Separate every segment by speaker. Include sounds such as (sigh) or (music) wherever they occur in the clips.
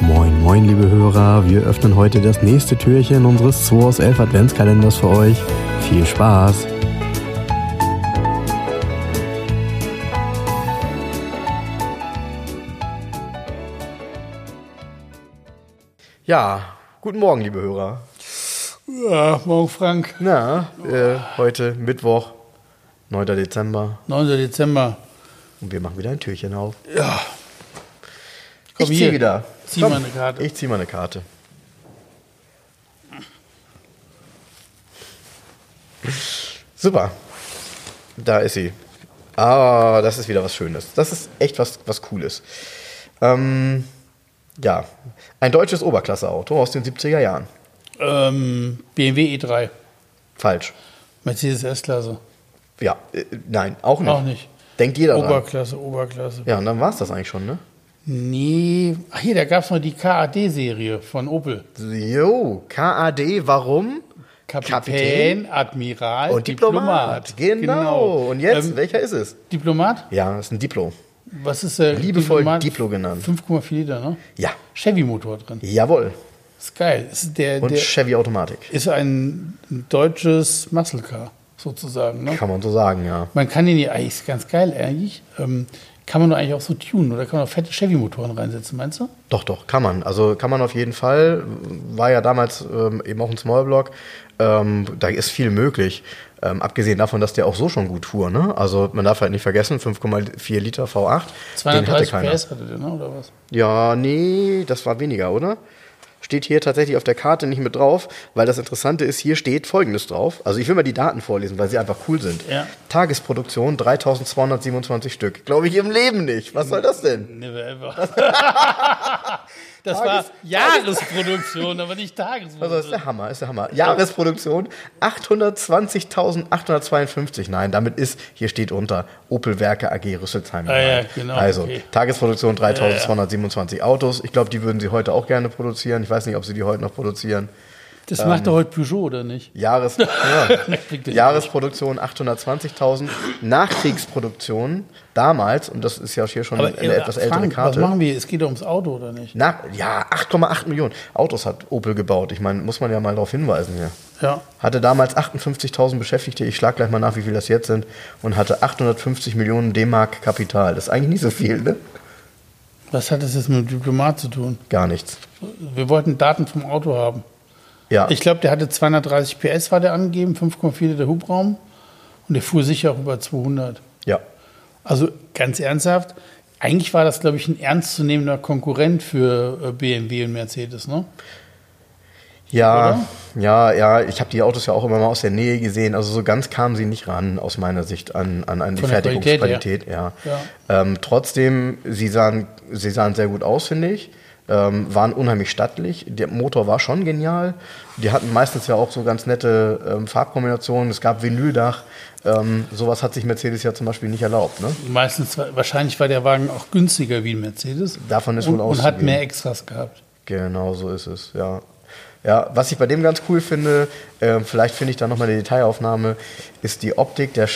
Speaker 1: Moin, moin, liebe Hörer. Wir öffnen heute das nächste Türchen unseres 2 aus 11 Adventskalenders für euch. Viel Spaß! Ja, guten Morgen, liebe Hörer.
Speaker 2: Ja, morgen Frank,
Speaker 1: Na, äh, heute Mittwoch, 9. Dezember.
Speaker 2: 9. Dezember.
Speaker 1: Und wir machen wieder ein Türchen auf.
Speaker 2: Ja.
Speaker 1: ich zieh wieder.
Speaker 2: Zieh
Speaker 1: Komm,
Speaker 2: mal eine Karte.
Speaker 1: Ich zieh mal eine Karte. Super. Da ist sie. Ah, das ist wieder was Schönes. Das ist echt was, was Cooles. Ähm, ja. Ein deutsches Oberklasseauto aus den 70er Jahren.
Speaker 2: Ähm, BMW E3,
Speaker 1: Falsch.
Speaker 2: Mercedes S-Klasse.
Speaker 1: Ja, äh, nein, auch nicht.
Speaker 2: Auch nicht.
Speaker 1: Denkt jeder dran.
Speaker 2: Oberklasse, Oberklasse.
Speaker 1: Ja, und dann war es das eigentlich schon, ne?
Speaker 2: Nee, ach hier, da gab es noch die KAD-Serie von Opel.
Speaker 1: Jo, KAD, warum?
Speaker 2: Kapitän, Admiral
Speaker 1: und Diplomat. Genau. Und jetzt,
Speaker 2: Ähm,
Speaker 1: welcher ist es?
Speaker 2: Diplomat?
Speaker 1: Ja, ist ein Diplo.
Speaker 2: Was ist äh,
Speaker 1: Liebevoll Diplo genannt.
Speaker 2: 5,4 Liter, ne?
Speaker 1: Ja,
Speaker 2: Chevy-Motor drin.
Speaker 1: jawohl.
Speaker 2: Ist geil. Ist der,
Speaker 1: Und
Speaker 2: der
Speaker 1: Chevy Automatik.
Speaker 2: ist ein deutsches Muscle Car, sozusagen, ne?
Speaker 1: Kann man so sagen, ja.
Speaker 2: Man kann den ja, eigentlich ist ganz geil eigentlich. Ähm, kann man doch eigentlich auch so tunen oder kann man auch fette Chevy-Motoren reinsetzen, meinst du?
Speaker 1: Doch, doch, kann man. Also kann man auf jeden Fall. War ja damals ähm, eben auch ein Smallblock. Ähm, da ist viel möglich. Ähm, abgesehen davon, dass der auch so schon gut fuhr. Ne? Also man darf halt nicht vergessen, 5,4 Liter V8. den hatte
Speaker 2: 230
Speaker 1: keiner.
Speaker 2: PS hatte der, ne? oder was?
Speaker 1: Ja, nee, das war weniger, oder? Steht hier tatsächlich auf der Karte nicht mit drauf, weil das Interessante ist, hier steht Folgendes drauf. Also ich will mal die Daten vorlesen, weil sie einfach cool sind.
Speaker 2: Ja.
Speaker 1: Tagesproduktion 3227 Stück. Glaube ich im Leben nicht. Was soll das denn?
Speaker 2: Never ever. (laughs) das war
Speaker 1: Tages-
Speaker 2: Jahresproduktion, aber nicht
Speaker 1: Also das ist
Speaker 2: Tagesproduktion.
Speaker 1: der Hammer, ist der Hammer. Jahresproduktion 820.852. Nein, damit ist, hier steht unter Opel Werke AG Rüsselsheim.
Speaker 2: Ah ja,
Speaker 1: gemeint.
Speaker 2: genau,
Speaker 1: Also
Speaker 2: okay.
Speaker 1: Tagesproduktion 3227 Autos. Ich glaube, die würden sie heute auch gerne produzieren. Ich weiß nicht, ob sie die heute noch produzieren.
Speaker 2: Das
Speaker 1: Ähm.
Speaker 2: macht doch heute Peugeot, oder nicht? (laughs)
Speaker 1: Jahres, ja.
Speaker 2: klingt ja
Speaker 1: Jahresproduktion 820.000, Nachkriegsproduktion damals, und das ist ja hier schon eine
Speaker 2: äh,
Speaker 1: etwas ältere
Speaker 2: Frank, Was
Speaker 1: Karte.
Speaker 2: machen wir? Es geht doch ums Auto, oder nicht?
Speaker 1: Nach, ja, 8,8 Millionen Autos hat Opel gebaut. Ich meine, muss man ja mal darauf hinweisen hier.
Speaker 2: Ja.
Speaker 1: Hatte damals 58.000 Beschäftigte, ich schlag gleich mal nach, wie viel das jetzt sind, und hatte 850 Millionen D-Mark Kapital. Das ist eigentlich nicht so viel, ne?
Speaker 2: Was hat das jetzt mit dem Diplomat zu tun?
Speaker 1: Gar nichts.
Speaker 2: Wir wollten Daten vom Auto haben.
Speaker 1: Ja,
Speaker 2: Ich glaube, der hatte 230 PS, war der angegeben, 5,4 Liter Hubraum. Und der fuhr sicher auch über 200.
Speaker 1: ja.
Speaker 2: Also ganz ernsthaft, eigentlich war das, glaube ich, ein ernstzunehmender Konkurrent für äh, BMW und Mercedes, ne?
Speaker 1: Ja, ja, ja, ich habe die Autos ja auch immer mal aus der Nähe gesehen. Also so ganz kamen sie nicht ran, aus meiner Sicht, an, an, an die
Speaker 2: Von der Qualität
Speaker 1: Fertigungsqualität. Ja. Ähm, trotzdem, sie sahen, sie sahen sehr gut aus, finde ich. Ähm, waren unheimlich stattlich. Der Motor war schon genial. Die hatten meistens ja auch so ganz nette ähm, Farbkombinationen. Es gab Vinyldach. Ähm, sowas hat sich Mercedes ja zum Beispiel nicht erlaubt. Ne?
Speaker 2: Meistens, war- wahrscheinlich war der Wagen auch günstiger wie ein Mercedes.
Speaker 1: Davon ist
Speaker 2: und,
Speaker 1: wohl
Speaker 2: Und hat
Speaker 1: auszugehen.
Speaker 2: mehr Extras gehabt.
Speaker 1: Genau so ist es, ja. Ja, was ich bei dem ganz cool finde, ähm, vielleicht finde ich da nochmal eine Detailaufnahme, ist die Optik der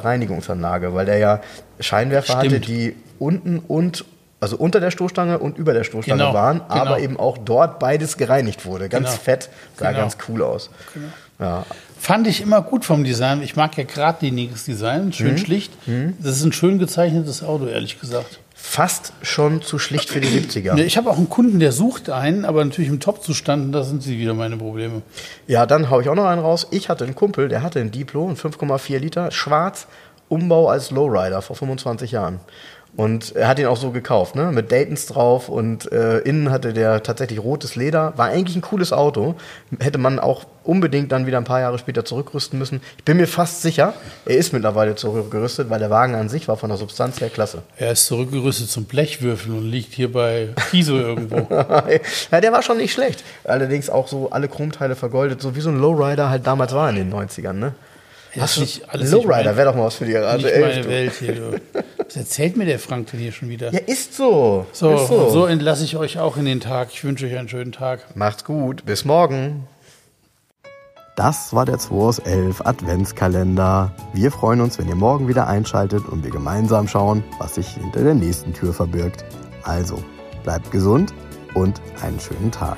Speaker 1: Scheinwerferreinigungsanlage, weil der ja Scheinwerfer hatte,
Speaker 2: Stimmt.
Speaker 1: die unten und also unter der Stoßstange und über der Stoßstange
Speaker 2: Genau,
Speaker 1: waren,
Speaker 2: genau.
Speaker 1: aber eben auch dort beides gereinigt wurde. Ganz
Speaker 2: Genau.
Speaker 1: fett, sah
Speaker 2: Genau.
Speaker 1: ganz cool aus. Ja,
Speaker 2: Fand ich immer gut vom Design. Ich mag ja geradliniges Design, schön
Speaker 1: Mhm.
Speaker 2: schlicht. Das ist ein schön gezeichnetes Auto, ehrlich gesagt.
Speaker 1: fast schon zu schlicht für die 70er.
Speaker 2: Ja, Ich habe auch einen Kunden, der sucht einen, aber natürlich im Top-Zustand, da sind sie wieder meine Probleme.
Speaker 1: Ja, dann hau ich auch noch einen raus. Ich hatte einen Kumpel, der hatte einen Diplo, einen 5,4 Liter, schwarz, Umbau als Lowrider vor 25 Jahren. Und er hat ihn auch so gekauft, ne? mit Daytons drauf und äh, innen hatte der tatsächlich rotes Leder. War eigentlich ein cooles Auto. Hätte man auch unbedingt dann wieder ein paar Jahre später zurückrüsten müssen. Ich bin mir fast sicher, er ist mittlerweile zurückgerüstet, weil der Wagen an sich war von der Substanz her klasse. (laughs)
Speaker 2: Er ist zurückgerüstet zum Blechwürfeln und liegt hier bei Kiso
Speaker 1: (laughs)
Speaker 2: irgendwo.
Speaker 1: ja, der war schon nicht schlecht. Allerdings auch so alle Chromteile vergoldet, so wie so ein Lowrider halt damals war in den 90ern, ne?
Speaker 2: Das ist nicht alles
Speaker 1: Äh, Lowrider
Speaker 2: nicht
Speaker 1: wäre doch mal was für die
Speaker 2: meine,
Speaker 1: Garage.
Speaker 2: nicht
Speaker 1: Ey,
Speaker 2: meine
Speaker 1: du.
Speaker 2: Welt hier. Du. Was erzählt mir der Frank denn hier schon wieder?
Speaker 1: Ja, ist so.
Speaker 2: so,
Speaker 1: ist
Speaker 2: so.
Speaker 1: so.
Speaker 2: so entlasse ich euch auch in den Tag. Ich wünsche euch einen schönen Tag.
Speaker 1: Macht's gut. Bis morgen.
Speaker 3: Das war der 2 aus 11 Adventskalender. Wir freuen uns, wenn ihr morgen wieder einschaltet und wir gemeinsam schauen, was sich hinter der nächsten Tür verbirgt. Also, bleibt gesund und einen schönen Tag.